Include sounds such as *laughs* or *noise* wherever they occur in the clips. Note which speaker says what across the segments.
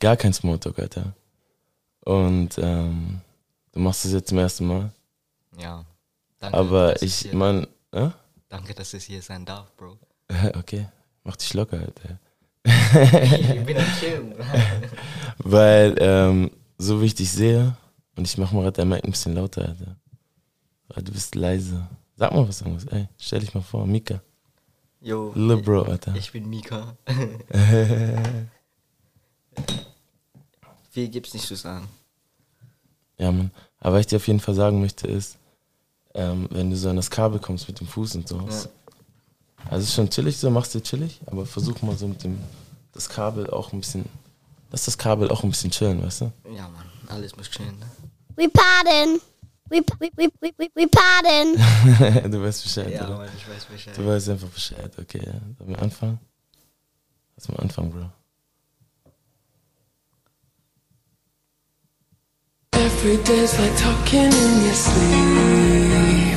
Speaker 1: gar kein Smalltalk, Alter. Und ähm, du machst es jetzt zum ersten Mal.
Speaker 2: Ja. Danke,
Speaker 1: Aber
Speaker 2: dass
Speaker 1: ich,
Speaker 2: hier,
Speaker 1: man, äh?
Speaker 2: danke, dass ich hier sein darf, *laughs* Bro.
Speaker 1: *laughs* okay, mach dich locker, Alter.
Speaker 2: Ich bin am Chillen. *laughs*
Speaker 1: Weil, ähm, so wie ich dich sehe, und ich mach mal gerade dein Mic ein bisschen lauter, Alter. Weil du bist leise. Sag mal was anderes, ey. Stell dich mal vor, Mika.
Speaker 2: Yo,
Speaker 1: Lil Bro, Alter.
Speaker 2: ich bin *laughs* Mika. Viel gibt's nicht zu sagen.
Speaker 1: Ja, Mann. Aber was ich dir auf jeden Fall sagen möchte, ist, ähm, wenn du so an das Kabel kommst mit dem Fuß und so.
Speaker 2: Ja.
Speaker 1: Also ist schon chillig, so machst du chillig, aber versuch mal so mit dem das Kabel auch ein bisschen. Lass das Kabel auch ein bisschen chillen, weißt
Speaker 2: *laughs*
Speaker 1: du?
Speaker 2: Ja, Mann, alles muss chillen. Ne?
Speaker 3: We pardon. We, we, we, we, we, we pardon.
Speaker 1: du weißt Bescheid,
Speaker 2: Ja,
Speaker 1: oder?
Speaker 2: Mann, ich weiß Bescheid.
Speaker 1: Du weißt einfach Bescheid, okay, ja. Sollen wir anfangen? Lass mal anfangen, Bro.
Speaker 4: Every day's like talking in your sleep.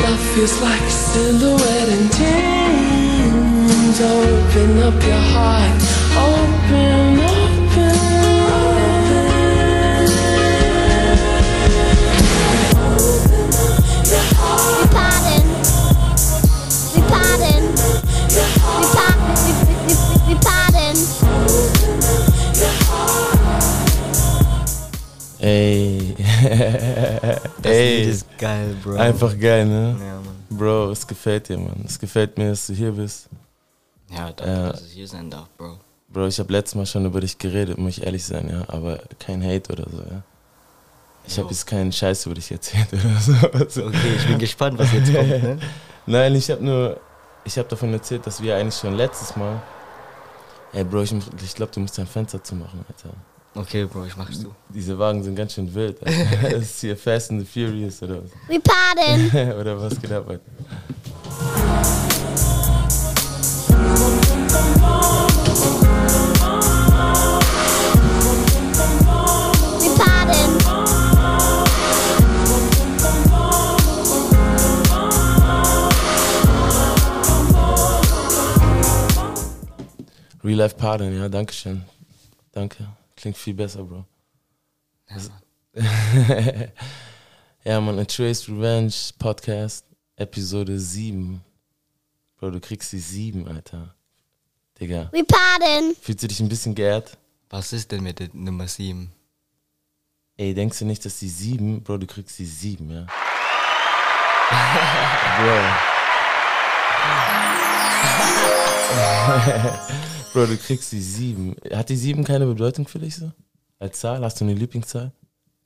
Speaker 4: Love feels like a silhouette in dreams. Open up your heart. Open, open, open.
Speaker 3: We pardon. We pardon. We pardon. We, we, we, we pardon.
Speaker 1: Ey.
Speaker 2: *laughs* Das Lied
Speaker 1: Ey.
Speaker 2: ist geil, Bro.
Speaker 1: Einfach geil, ne?
Speaker 2: Ja, Mann.
Speaker 1: Bro, es gefällt dir, Mann. Es gefällt mir, dass du hier bist.
Speaker 2: Ja, danke,
Speaker 1: Äh.
Speaker 2: dass ich hier sein darf, Bro.
Speaker 1: Bro, ich habe letztes Mal schon über dich geredet, muss ich ehrlich sein, ja. Aber kein Hate oder so, ja. Ich habe
Speaker 2: Jo.
Speaker 1: jetzt keinen Scheiß über dich erzählt *laughs* oder so. Also,
Speaker 2: Okay, *laughs* ich bin gespannt, was jetzt kommt, ne?
Speaker 1: Nein, ich habe nur, ich habe davon erzählt, dass wir eigentlich schon letztes Mal. Ey, Bro, ich, mu- ich glaube, du musst dein Fenster zumachen, Alter.
Speaker 2: Okay, Bro, ich mach's du.
Speaker 1: Diese Wagen sind ganz schön wild,
Speaker 2: *laughs*
Speaker 1: Alter. *laughs* Das ist hier Fast and the Furious oder was? *laughs*
Speaker 3: We pardon.
Speaker 1: oder was geht ab, Alter?
Speaker 3: We pardon.
Speaker 1: Real Life Pardon, ja, danke schön. Danke. Klingt viel besser, Bro.
Speaker 2: Ja, Mann.
Speaker 1: *laughs* ja, Mann, A Trace Revenge Podcast, Episode 7. Bro, du kriegst die 7, Alter. Digga,
Speaker 3: We pardon.
Speaker 1: fühlst du dich ein bisschen geehrt?
Speaker 2: Was ist denn mit der Nummer 7?
Speaker 1: Ey, denkst du nicht, dass die 7, Bro, du kriegst die 7, ja? *laughs* Bro. Bro, *laughs* du kriegst die 7. Hat die 7 keine Bedeutung für dich so? Als Zahl? Hast du eine Lieblingszahl?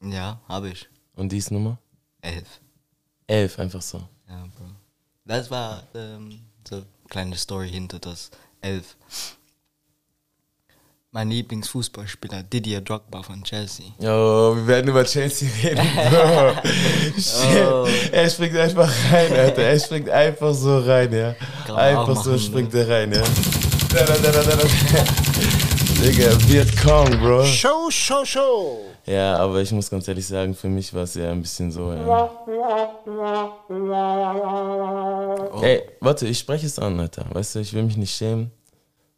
Speaker 2: Ja, habe ich.
Speaker 1: Und die ist Nummer?
Speaker 2: 11.
Speaker 1: 11, einfach so.
Speaker 2: Ja, Bro. Das war ähm, so eine kleine Story hinter das 11. Mein Lieblingsfußballspieler Didier Drogba von Chelsea.
Speaker 1: Oh, wir werden über Chelsea *laughs* reden, Bro. Shit. Er springt einfach rein, Alter. Er springt einfach so rein, ja.
Speaker 2: Kann man auch
Speaker 1: Einfach so
Speaker 2: machen,
Speaker 1: springt er rein, ja. Da, da, da, da, da, da. Digga, Vietcong, Bro.
Speaker 5: Show, show, show.
Speaker 1: Ja, aber ich muss ganz ehrlich sagen, für mich war es ja ein bisschen so. Ja. Ey, warte, ich spreche es an, Alter. Weißt du, ich will mich nicht schämen,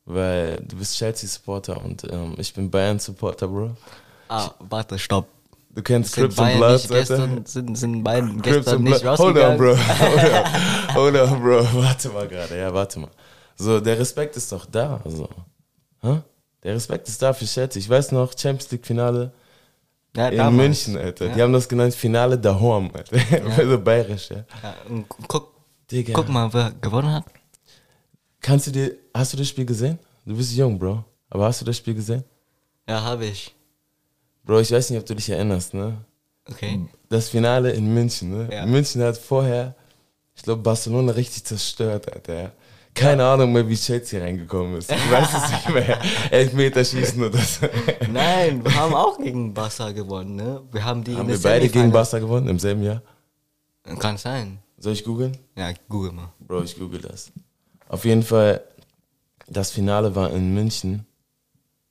Speaker 1: weil du bist Chelsea-Supporter und ähm, ich bin Bayern-Supporter, Bro.
Speaker 2: Ah, warte, stopp.
Speaker 1: Du kennst
Speaker 2: Sind
Speaker 1: Crips und
Speaker 2: Bayern
Speaker 1: Bloods,
Speaker 2: nicht
Speaker 1: Alter.
Speaker 2: gestern, sind, sind Bayern
Speaker 1: Crips
Speaker 2: gestern
Speaker 1: und
Speaker 2: nicht
Speaker 1: Blood- Hold on,
Speaker 2: rausgegangen? *laughs*
Speaker 1: Bro. Hold on, Hold on Bro. Warte mal gerade. Ja, warte mal. So, der Respekt ist doch da. So. Hä? Der Respekt ist da für Chelsea. Ich weiß noch, Champions League-Finale
Speaker 2: Ja,
Speaker 1: in
Speaker 2: damals.
Speaker 1: München, Alter. Die
Speaker 2: Ja.
Speaker 1: haben das genannt Finale da Horm, Alter. *laughs* so bayerisch, ja.
Speaker 2: Ja, und guck,
Speaker 1: Digga.
Speaker 2: guck mal, wer gewonnen hat.
Speaker 1: Kannst du dir, hast du das Spiel gesehen? Du bist jung, Bro. Aber hast du das Spiel gesehen?
Speaker 2: Ja, habe ich.
Speaker 1: Bro, ich weiß nicht, ob du dich erinnerst, ne?
Speaker 2: Okay.
Speaker 1: Das Finale in München, ne?
Speaker 2: Ja.
Speaker 1: München hat vorher, ich glaube, Barcelona richtig zerstört, Alter. ja. Keine Ahnung mehr, wie Chelsea reingekommen ist. Ich weiß es nicht
Speaker 2: *laughs*
Speaker 1: mehr. Elfmeterschießen oder so.
Speaker 2: Nein, wir haben auch gegen Barca gewonnen, ne? Wir haben die
Speaker 1: *laughs*
Speaker 2: in
Speaker 1: Haben
Speaker 2: der
Speaker 1: wir beide gegen
Speaker 2: Semifinals-
Speaker 1: Barca gewonnen im selben Jahr?
Speaker 2: Kann sein.
Speaker 1: Soll ich googeln?
Speaker 2: Ja, google mal.
Speaker 1: Bro, ich google das. Auf jeden Fall, das Finale war in München.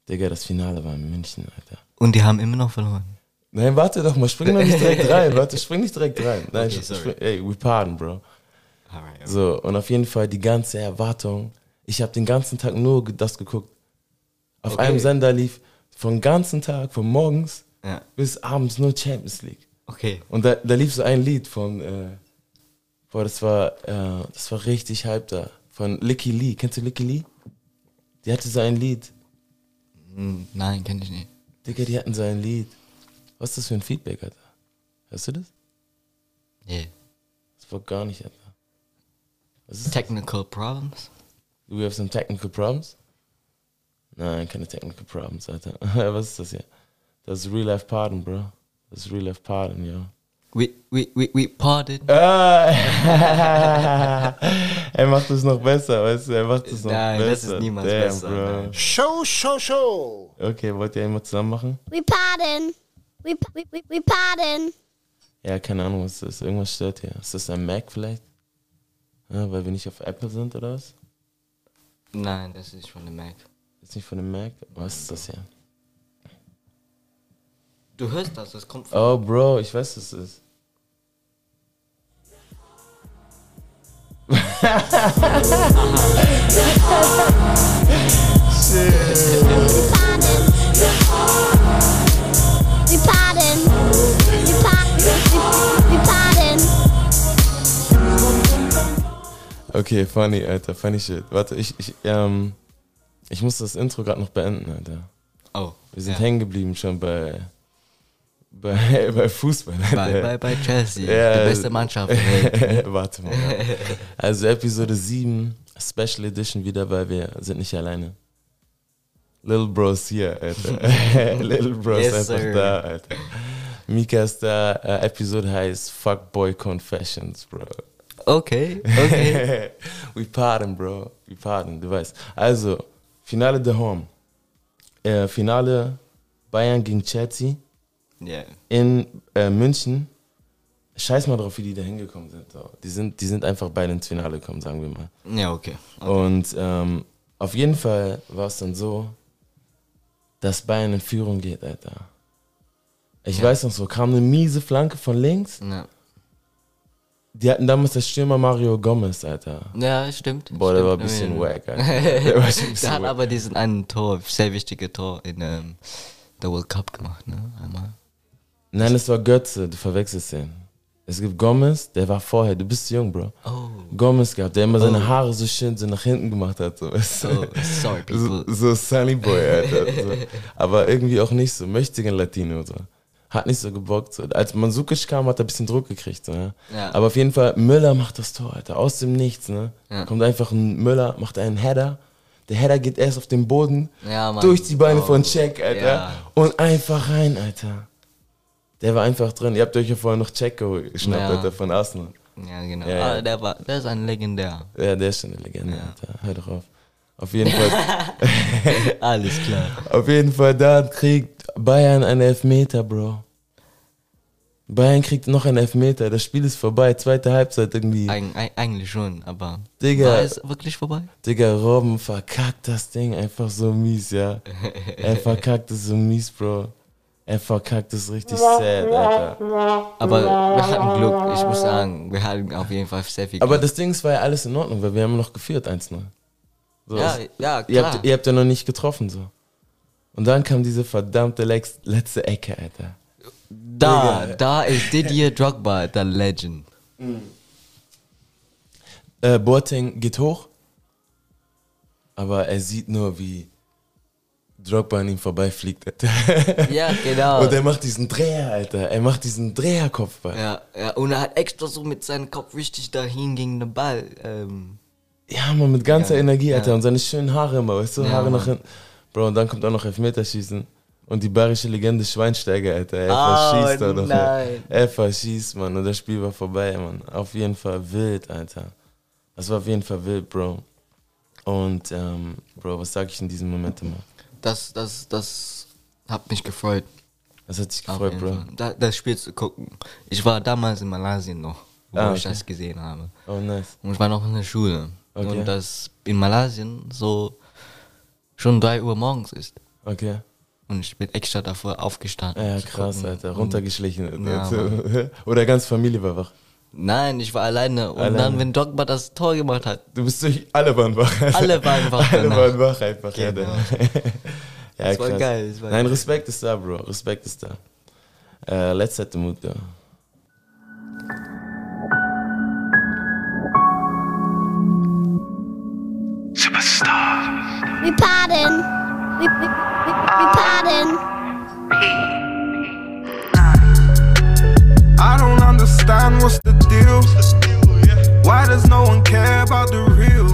Speaker 1: Digga, das Finale war in München, Alter.
Speaker 2: Und die haben immer noch verloren.
Speaker 1: Nein, warte doch mal, spring doch nicht direkt rein. Warte, spring nicht direkt rein. Nein,
Speaker 2: Okay,
Speaker 1: ich-
Speaker 2: sorry.
Speaker 1: spring, ey, we pardon, Bro.
Speaker 2: Alright,
Speaker 1: So, und auf jeden Fall die ganze Erwartung. Ich habe den ganzen Tag nur ge- das geguckt. Auf
Speaker 2: Okay.
Speaker 1: einem Sender lief Vom ganzen Tag, von morgens
Speaker 2: Ja.
Speaker 1: bis abends nur Champions League.
Speaker 2: Okay.
Speaker 1: Und da, da lief so ein Lied von, äh, boah, das war, äh, das war richtig hype da. Von Licky Lee. Kennst du Licky Lee? Die hatte so ein Lied.
Speaker 2: Hm, Nein, kenne ich nicht.
Speaker 1: Digga, die hatten so ein Lied. Was ist das für ein Feedback, Alter? Hörst du das?
Speaker 2: Nee.
Speaker 1: Das war gar nicht, Alter. Was ist
Speaker 2: Technical Problems?
Speaker 1: Do we have some technical problems? Nein, keine technical problems, *laughs* Alter. Was ist das hier? Das ist Real Life Pardon, Bro. Das ist Real Life Pardon, ja.
Speaker 2: We, we, we, we parted.
Speaker 1: Ah. *laughs* er macht es noch besser, weißt du? Er macht es noch
Speaker 2: Nein,
Speaker 1: besser.
Speaker 2: das ist niemals
Speaker 1: Damn,
Speaker 2: besser,
Speaker 1: Bro.
Speaker 2: nein.
Speaker 5: Show, show, show.
Speaker 1: Okay, wollt ihr einmal zusammen machen?
Speaker 3: We pardon. We, pa- we, we, we pardon.
Speaker 1: Ja, keine Ahnung, was das ist. Irgendwas stört hier. Ist das ein Mac vielleicht? Ja, weil wir nicht auf Apple sind oder was?
Speaker 2: Nein, das ist von der Mac.
Speaker 1: Ist nicht von dem Mac? Was ist das hier?
Speaker 2: Du hörst das, das kommt von.
Speaker 1: Oh, Bro, ich weiß, was es ist.
Speaker 3: We pardon. We pardon. We pa- we- we- we pardon.
Speaker 1: Okay, funny, Alter, funny shit. Warte, ich, ich, ähm, ich muss das Intro gerade noch beenden, Alter.
Speaker 2: Oh.
Speaker 1: Wir sind
Speaker 2: ja.
Speaker 1: hängen geblieben schon bei, bei, *laughs* bei Fußball, Alter.
Speaker 2: Bei, bei, bei Chelsea.
Speaker 1: *laughs* Ja.
Speaker 2: Die beste
Speaker 1: *laughs*
Speaker 2: Mannschaft. der Welt.
Speaker 1: Warte mal. Also Episode 7, Special Edition wieder, weil wir sind nicht alleine. Little Bros hier,
Speaker 2: *laughs*
Speaker 1: Alter. Little Bros
Speaker 2: Yes,
Speaker 1: einfach
Speaker 2: sir.
Speaker 1: da, Alter. Mika ist da. Äh, Episode heißt Fuckboy Confessions, Bro.
Speaker 2: Okay, okay.
Speaker 1: *laughs* We pardon, Bro. We pardon, du weißt. Also, Finale der Home. Äh, Finale Bayern gegen Chelsea
Speaker 2: Ja.
Speaker 1: in äh, München. Scheiß mal drauf, wie die da hingekommen sind. So. Die sind. Die sind einfach beide ins Finale gekommen, sagen wir mal.
Speaker 2: Ja, okay.
Speaker 1: Und ähm, auf jeden Fall war es dann so, dass Bayern in Führung geht, Alter. Ich weiß noch so, kam eine miese Flanke von links.
Speaker 2: Ja,
Speaker 1: Die hatten damals der Stürmer Mario Gomez, Alter.
Speaker 2: ja stimmt.
Speaker 1: Boah, der
Speaker 2: stimmt.
Speaker 1: war ein bisschen
Speaker 2: Ja. *laughs*
Speaker 1: wack, Alter. Der war schon ein
Speaker 2: Der
Speaker 1: bisschen
Speaker 2: hat
Speaker 1: wack.
Speaker 2: aber diesen einen Tor, sehr wichtige Tor in ähm, der World Cup gemacht, ne? Einmal.
Speaker 1: Nein, es war Götze, du verwechselst den. Es gibt Gomez, der war vorher, du bist jung, Bro.
Speaker 2: Oh.
Speaker 1: Gomez gehabt, der immer
Speaker 2: Oh.
Speaker 1: seine Haare so schön so nach hinten gemacht hat. So, weißt du?
Speaker 2: Oh, sorry, people.
Speaker 1: *laughs* so, so Sunny Boy, Alter.
Speaker 2: *laughs*
Speaker 1: So. Aber irgendwie auch nicht so, mächtigen Latino. So. Hat nicht so gebockt. So. Als Mansukic kam, hat er ein bisschen Druck gekriegt. So, ja?
Speaker 2: Ja.
Speaker 1: Aber auf jeden Fall, Müller macht das Tor, Alter, aus dem Nichts. Ne?
Speaker 2: Ja.
Speaker 1: Kommt einfach ein Müller, macht einen Header. Der Header geht erst auf den Boden,
Speaker 2: Ja, Mann.
Speaker 1: durch die Beine
Speaker 2: Oh.
Speaker 1: von Check, Alter.
Speaker 2: Ja.
Speaker 1: Und einfach rein, Alter. Der war einfach drin. Ihr habt euch ja vorher noch Check geschnappt,
Speaker 2: Ja.
Speaker 1: Alter, von Arsenal.
Speaker 2: Ja, genau.
Speaker 1: Ja, ja.
Speaker 2: Ah, der, war, der ist ein Legendär.
Speaker 1: Ja, der ist schon eine Legende, Alter. Hör doch auf. Auf jeden Fall, *laughs*
Speaker 2: Alles klar.
Speaker 1: auf jeden Fall da kriegt Bayern einen Elfmeter, Bro. Bayern kriegt noch einen Elfmeter. Das Spiel ist vorbei. Zweite Halbzeit irgendwie.
Speaker 2: Eig eig eigentlich schon, aber
Speaker 1: Digga.
Speaker 2: war es wirklich vorbei?
Speaker 1: Digga, Robben verkackt das Ding einfach so mies,
Speaker 2: *laughs*
Speaker 1: ja. Er verkackt es so mies, Bro. Er verkackt es richtig sad, Alter. Hm.
Speaker 2: Aber wir hatten Glück, ich muss sagen, wir hatten auf jeden Fall sehr viel Glück.
Speaker 1: Aber das Ding ist, war ja alles in Ordnung, weil wir haben noch geführt 1-0. So,
Speaker 2: ja,
Speaker 1: es-
Speaker 2: ja,
Speaker 1: ihr,
Speaker 2: klar.
Speaker 1: habt, ihr habt ja noch nicht getroffen, so. Und dann kam diese verdammte lex- letzte Ecke, Alter.
Speaker 2: da,
Speaker 1: Digga.
Speaker 2: da ist Didier Drogba, der Legend.
Speaker 1: Äh, Boateng geht hoch, aber er sieht nur, wie Drogba an ihm vorbeifliegt, Alter.
Speaker 2: Ja, genau.
Speaker 1: Und er macht diesen Dreher, Alter. Er macht diesen Dreherkopfball.
Speaker 2: Ja, ja, und er hat extra so mit seinem Kopf richtig dahin gegen den Ball. Ähm,
Speaker 1: Ja, man, mit ganzer
Speaker 2: Ja,
Speaker 1: Energie, Alter.
Speaker 2: ja.
Speaker 1: Und seine schönen Haare immer, weißt du?
Speaker 2: Ja,
Speaker 1: Haare nach
Speaker 2: Mann.
Speaker 1: hinten. Bro, und dann kommt auch noch Elfmeterschießen. Und die bayerische Legende Schweinsteiger, Alter. Er
Speaker 2: Oh,
Speaker 1: verschießt da noch.
Speaker 2: nein.
Speaker 1: Er verschießt, Mann. Und das Spiel war vorbei, Mann. Auf jeden Fall wild, Alter. Das war auf jeden Fall wild, Bro. Und, ähm, Bro, was sag ich in diesem Moment immer?
Speaker 2: das, das, das hat mich gefreut.
Speaker 1: Das hat sich
Speaker 2: auf
Speaker 1: gefreut,
Speaker 2: jeden
Speaker 1: Bro.
Speaker 2: Fall. Da, das Spiel zu gucken. Ich war damals in Malaysia noch, wo
Speaker 1: Ah,
Speaker 2: ich
Speaker 1: okay.
Speaker 2: das gesehen habe.
Speaker 1: Oh, nice.
Speaker 2: Und ich war noch in der Schule.
Speaker 1: Okay.
Speaker 2: Und das in Malaysia so schon 3 Uhr morgens ist.
Speaker 1: Okay.
Speaker 2: Und ich bin extra davor aufgestanden.
Speaker 1: Ja,
Speaker 2: zu
Speaker 1: krass,
Speaker 2: gucken.
Speaker 1: Alter.
Speaker 2: Und-
Speaker 1: Runtergeschlichen.
Speaker 2: Ja,
Speaker 1: Alter. *laughs* Oder ganz Familie war wach.
Speaker 2: Nein, ich war alleine. Und
Speaker 1: Alleine.
Speaker 2: dann, wenn Dogma das Tor gemacht hat,
Speaker 1: Du bist durch alle waren wach.
Speaker 2: Alle waren wach
Speaker 1: Alle
Speaker 2: danach. *laughs*
Speaker 1: waren wach einfach.
Speaker 2: Genau.
Speaker 1: Ja, Ja,
Speaker 2: Es war
Speaker 1: krass.
Speaker 2: geil, es war
Speaker 1: Nein,
Speaker 2: geil.
Speaker 1: Respekt ist da, Bro. Respekt ist da. Äh, let's set the mood, ja.
Speaker 3: We pardon. We, we, we, we pardon.
Speaker 6: I don't understand what's the deal. Why does no one care about the real?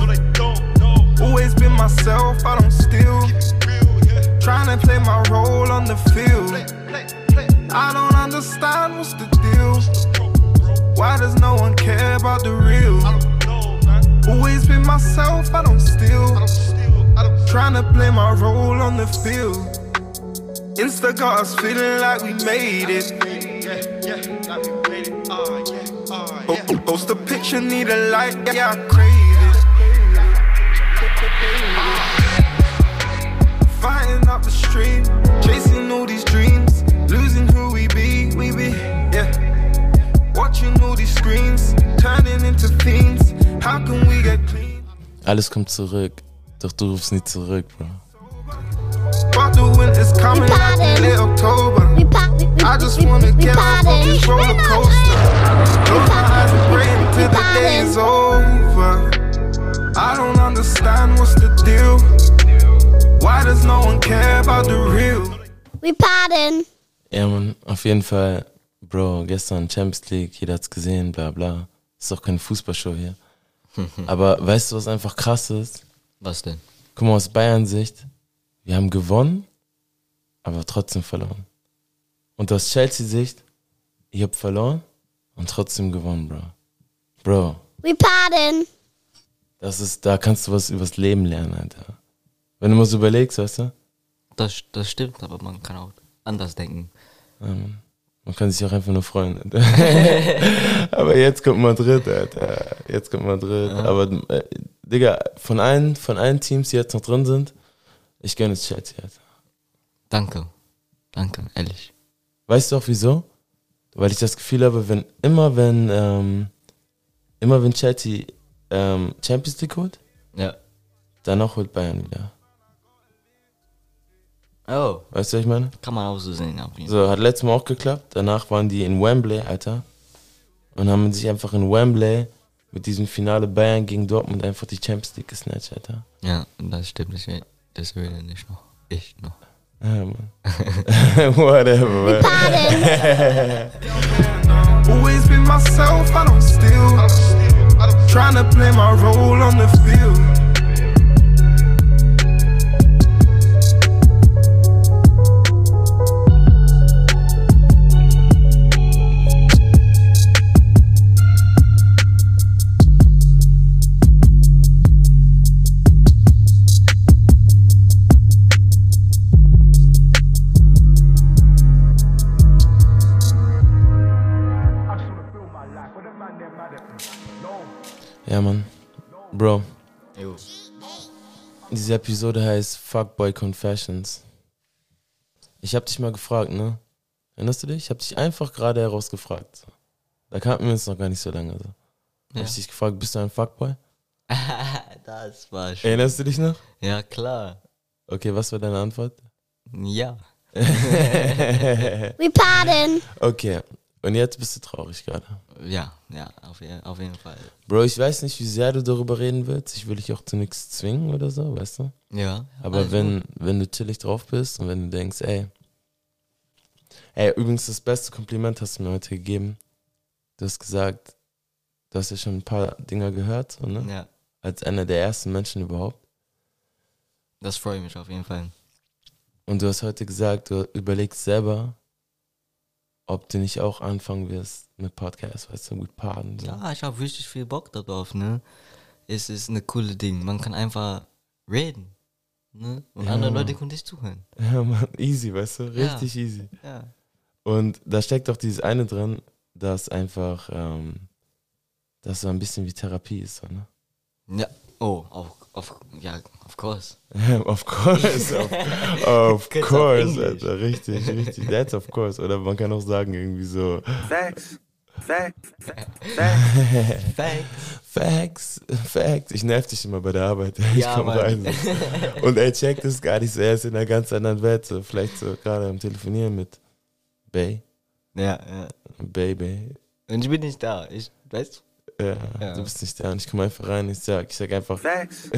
Speaker 6: Always been myself, I don't steal. Trying to play my role on the field. I don't understand what's the deal. Why does no one care about the real? Always been myself, I don't steal. Trying to play my role on the field. Insta got us feeling like we made it. Po- Post a picture, need a light, yeah, I crave it. Fighting up the street, chasing all these dreams, losing who we be, we be, yeah. Watching all these screens, turning into fiends. How can we get clean?
Speaker 1: Alles kommt zurück, doch du rufst nie zurück, Bro.
Speaker 6: But the winter's coming like a late October.
Speaker 3: We pardon. We, we,
Speaker 6: I just
Speaker 3: we,
Speaker 6: wanna
Speaker 3: we
Speaker 6: get off of
Speaker 3: pardon.
Speaker 6: this roller
Speaker 3: eh?
Speaker 6: coaster. Close my eyes and pray until the day is over. I don't understand what's the deal. Why does no one care about the real?
Speaker 3: We pardon.
Speaker 1: Ja, Mann, auf jeden Fall, Bro, gestern Champions League, jeder hat's gesehen, bla bla. Ist doch keine Fußballshow
Speaker 2: *laughs*
Speaker 1: hier. Aber weißt du, was einfach krass ist?
Speaker 2: Was denn?
Speaker 1: Guck mal, aus Bayern-Sicht, wir haben gewonnen, aber trotzdem verloren. Und aus Chelsea-Sicht, ich hab verloren und trotzdem gewonnen, Bro. Bro,
Speaker 3: We pardon.
Speaker 1: das ist, da kannst du was übers Leben lernen, Alter. Wenn du mal so überlegst, weißt du,
Speaker 2: Das, das stimmt, aber man kann auch anders denken.
Speaker 1: ähm, man kann sich auch einfach nur freuen. Alter. *laughs* aber jetzt kommt Madrid, Alter. Jetzt kommt Madrid. Aber, äh, Digga, von allen, von allen Teams, die jetzt noch drin sind, ich gönne es Chelsea, Alter.
Speaker 2: Danke. Danke, ehrlich.
Speaker 1: Weißt du auch wieso? Weil ich das Gefühl habe, wenn immer wenn ähm, immer wenn Chelsea ähm, Champions League holt,
Speaker 2: Ja.
Speaker 1: dann auch holt Bayern wieder.
Speaker 2: Oh.
Speaker 1: Weißt du, was ich meine?
Speaker 2: Kann man auch so sehen, auf jeden Fall.
Speaker 1: So, hat letztes Mal auch geklappt. Danach waren die in Wembley, Alter. Und haben sich einfach in Wembley mit diesem Finale Bayern gegen Dortmund einfach die Champions League gesnatcht, Alter.
Speaker 2: Ja, das stimmt. Das will, das will er nicht noch. Ich
Speaker 1: *laughs*
Speaker 2: noch.
Speaker 1: Ja, Mann. Whatever, man.
Speaker 3: Pardon.
Speaker 6: Always been myself, I don't steal. Trying to play my role on the field.
Speaker 1: Ja, Mann. Bro,
Speaker 2: Jo.
Speaker 1: diese Episode heißt Fuckboy Confessions. Ich hab dich mal gefragt, ne? Erinnerst du dich? Ich hab dich einfach gerade herausgefragt. Da kannten wir uns noch gar nicht so lange. Also.
Speaker 2: Ja.
Speaker 1: Hab ich dich gefragt, bist du ein Fuckboy?
Speaker 2: *laughs* Das war
Speaker 1: *laughs*
Speaker 2: schön.
Speaker 1: Erinnerst du dich noch?
Speaker 2: Ja, klar.
Speaker 1: Okay, was war deine *laughs* Antwort?
Speaker 2: Ja.
Speaker 3: We pardon.
Speaker 1: Okay, und jetzt bist du traurig gerade.
Speaker 2: Ja, ja, auf, je- auf jeden Fall.
Speaker 1: Bro, ich weiß nicht, wie sehr du darüber reden willst. Ich will dich auch zu nichts zwingen oder so, weißt du?
Speaker 2: Ja.
Speaker 1: Aber
Speaker 2: alles gut.
Speaker 1: wenn, wenn du chillig drauf bist und wenn du denkst, ey, ey, übrigens das beste Kompliment hast du mir heute gegeben. Du hast gesagt, du hast ja schon ein paar Dinger gehört, so, ne?
Speaker 2: Ja,
Speaker 1: Als einer der ersten Menschen überhaupt.
Speaker 2: das freut mich auf jeden Fall.
Speaker 1: Und du hast heute gesagt, du überlegst selber, ob du nicht auch anfangen wirst mit Podcasts, weißt du, mit Paden. So.
Speaker 2: Ja, ich habe richtig viel Bock darauf, ne? Es ist eine coole Ding. Man kann einfach reden. Ne? Und andere Leute können dich zuhören.
Speaker 1: *laughs* Ja, Mann, easy, weißt du? Richtig easy.
Speaker 2: Ja.
Speaker 1: Und da steckt auch dieses eine drin, dass einfach, ähm, dass so ein bisschen wie Therapie ist, so, ne?
Speaker 2: Ja. Oh, auf, auf, ja,
Speaker 1: *laughs*
Speaker 2: of course.
Speaker 1: Of course,
Speaker 2: *laughs*
Speaker 1: of, of
Speaker 2: Geht's auf
Speaker 1: course,
Speaker 2: Englisch?
Speaker 1: Alter, richtig, richtig. That's of course. Oder man kann auch sagen, irgendwie so,
Speaker 6: Facts. Facts, facts.
Speaker 2: Facts.
Speaker 1: Facts, Facts. Ich nerv dich immer bei der Arbeit. *laughs* *laughs* Ich
Speaker 2: Ja,
Speaker 1: komm
Speaker 2: Mann.
Speaker 1: rein.
Speaker 2: *laughs*
Speaker 1: so. Und er checkt es gar nicht so. Er ist in einer ganz anderen Welt. So. Vielleicht so gerade am Telefonieren mit Bay,
Speaker 2: Ja, ja.
Speaker 1: Baby.
Speaker 2: Und ich bin nicht da. Ich weiß.
Speaker 1: Ja,
Speaker 2: Ja.
Speaker 1: Du bist nicht da. Und ich komme einfach rein. Ich sag, ich sag
Speaker 2: *laughs*
Speaker 1: einfach *laughs*
Speaker 6: Facts.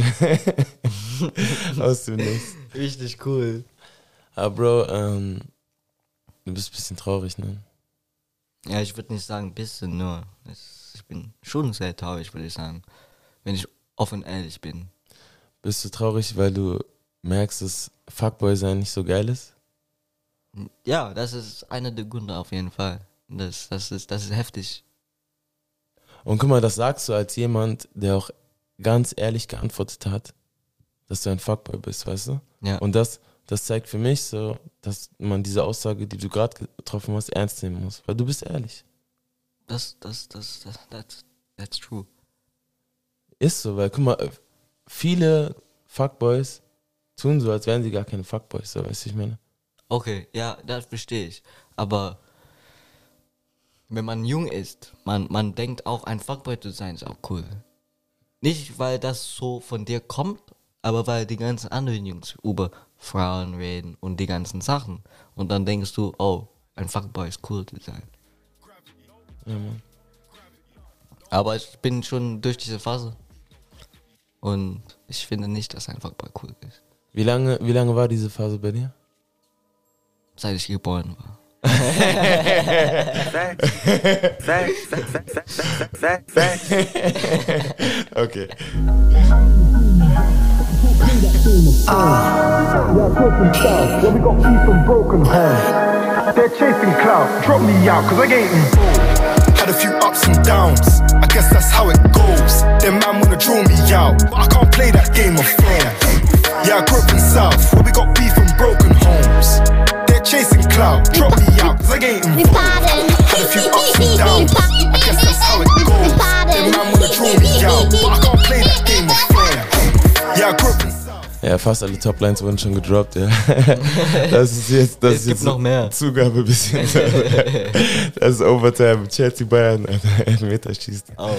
Speaker 1: aus dem Nichts.
Speaker 2: Richtig cool.
Speaker 1: Aber Bro, ähm, du bist ein bisschen traurig, ne?
Speaker 2: Ja, ich würde nicht sagen, bisschen nur. Es, ich bin schon sehr traurig, würde ich sagen. Wenn ich offen ehrlich bin.
Speaker 1: Bist du traurig, weil du merkst, dass Fuckboy sein nicht so geil ist?
Speaker 2: Ja, das ist einer der Gründe auf jeden Fall. Das, das, ist, das ist heftig.
Speaker 1: Und guck mal, das sagst du als jemand, der auch ganz ehrlich geantwortet hat, dass du ein Fuckboy bist, weißt du?
Speaker 2: Ja.
Speaker 1: Und das, das zeigt für mich so, dass man diese Aussage, die du gerade getroffen hast, ernst nehmen muss. Weil du bist ehrlich.
Speaker 2: das, das, das, das, that's, that's true.
Speaker 1: Ist so, weil guck mal, viele Fuckboys tun so, als wären sie gar keine Fuckboys, so weißt du, ich meine.
Speaker 2: Okay, ja, das verstehe ich. Aber wenn man jung ist, man, man denkt auch, ein Fuckboy zu sein, ist auch cool. Nicht, weil das so von dir kommt, aber weil die ganzen anderen Jungs über Frauen reden und die ganzen Sachen. Und dann denkst du, oh, ein Fuckboy ist cool zu sein.
Speaker 1: Ja, Mann.
Speaker 2: Aber ich bin schon durch diese Phase. Und ich finde nicht, dass ein Fuckboy cool ist.
Speaker 1: Wie lange, wie lange war diese Phase bei dir?
Speaker 2: Seit ich geboren war.
Speaker 6: Facts. Facts. Facts. Facts. Facts. Facts. Facts. Facts.
Speaker 1: Okay.
Speaker 7: Yeah, broken style, where we got beef from broken homes. They're chasing clout, drop me out, cause I ain't in
Speaker 8: Had a few ups and downs. I guess that's how it goes. Them man wanna draw me out, but I can't play that game of thrones. Yeah, I grew up in South, where we got beef and broken homes. They're chasing clout, drop me out, cause I ain't
Speaker 3: We
Speaker 8: involved.
Speaker 3: pardon.
Speaker 8: Had a few ups and downs. I guess that's how it goes. Them man wanna draw me out, but I can't play that game of thrones. Yeah, I grew up in South.
Speaker 1: Ja, fast alle Toplines wurden schon gedroppt, *laughs* ja. Das ist jetzt, das
Speaker 2: Es
Speaker 1: ist
Speaker 2: gibt
Speaker 1: jetzt
Speaker 2: noch mehr.
Speaker 1: Zugabe ein bisschen. *laughs* Das ist Overtime. Chelsea Bayern, *laughs* Alter, Elfmeter schießt.
Speaker 2: Oh,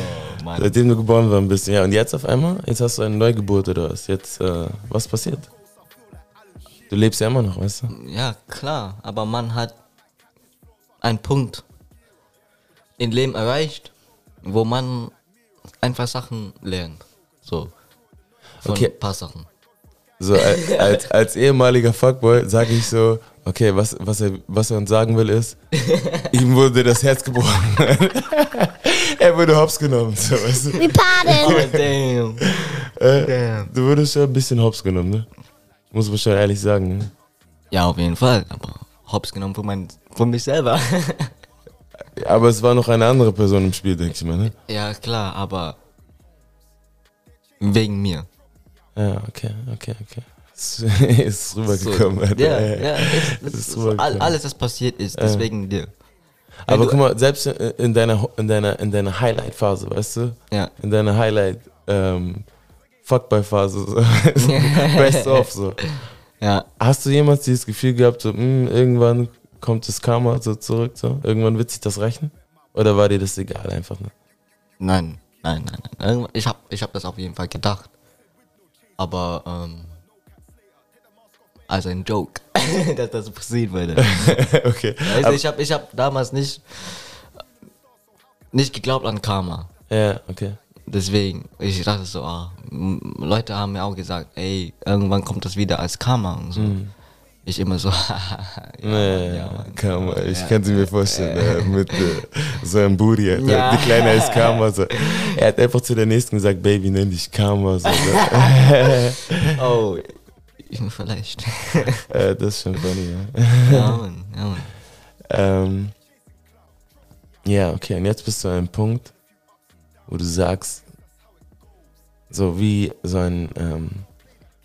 Speaker 2: Mann.
Speaker 1: Ah. Seitdem du geboren warst, bist du. Ja, und jetzt auf einmal? Jetzt hast du eine Neugeburt oder was? Jetzt, äh, was passiert? Du lebst ja immer noch, weißt du?
Speaker 2: Ja, klar, aber man hat einen Punkt im Leben erreicht, wo man einfach Sachen lernt. So. Von
Speaker 1: Okay.
Speaker 2: ein paar
Speaker 1: *laughs*
Speaker 2: Sachen.
Speaker 1: So, als, *laughs* als, als ehemaliger Fuckboy sage ich so, okay, was, was, er, was er uns sagen will ist, ihm wurde das Herz gebrochen. *laughs* er wurde hops genommen, so, weißt du?
Speaker 3: We pardon.
Speaker 2: Oh, damn.
Speaker 1: Äh.
Speaker 2: Damn.
Speaker 1: Du wurdest schon ein bisschen hops genommen, ne? Muss man schon ehrlich sagen, ne?
Speaker 2: Ja, auf jeden Fall. Aber hops genommen von, mein, von mich selber. *laughs*
Speaker 1: Aber es war noch eine andere Person im Spiel, denke ich mal, ne?
Speaker 2: ja, klar, aber wegen mir.
Speaker 1: Ja, okay, okay, okay. Es ist *laughs* rübergekommen, Alter. *laughs*
Speaker 2: ja, ja.
Speaker 1: Es ist
Speaker 2: Es, es,
Speaker 1: Äh.
Speaker 2: ist
Speaker 1: rübergekommen.
Speaker 2: all, alles, was passiert ist, deswegen dir.
Speaker 1: Aber
Speaker 2: du-
Speaker 1: guck mal, selbst in in deiner, in deiner, in deiner Highlight-Phase, weißt du?
Speaker 2: Ja.
Speaker 1: In deiner Highlight, ähm, Fuckboy-Phase, *laughs* so. Best of, so.
Speaker 2: Ja,
Speaker 1: Hast du jemals dieses Gefühl gehabt, so, mh, irgendwann kommt das Karma so zurück, so? Irgendwann wird sich das rächen? Oder war dir das egal einfach, ne?
Speaker 2: Nein, nein, nein, nein. Irgendwann- Ich habe ich hab das auf jeden Fall gedacht. Aber ähm, als ein Joke, *laughs* dass das passieren würde.
Speaker 1: *laughs* okay.
Speaker 2: Also ich habe ich hab damals nicht, nicht geglaubt an Karma.
Speaker 1: Ja, okay.
Speaker 2: Deswegen, ich dachte so, ah, m- Leute haben mir auch gesagt, ey, irgendwann kommt das wieder als Karma und so. Ich immer so, *laughs* ja,
Speaker 1: Mhm. Nee,
Speaker 2: ja, Mann.
Speaker 1: Karma, ich kann sie mir vorstellen, äh, mit äh, so einem Booty, Alter.
Speaker 2: Ja.
Speaker 1: die Kleine heißt Karma. So. Er hat einfach zu der Nächsten gesagt, Baby, nenn dich Karma. So, ne?
Speaker 2: *laughs*
Speaker 1: so. *laughs*
Speaker 2: oh, ich, vielleicht.
Speaker 1: äh, das ist schon funny, ja.
Speaker 2: ja, Mann, ja, Mann.
Speaker 1: Ähm, ja, okay, und jetzt bist du an einem Punkt, wo du sagst, so wie so ein, ähm,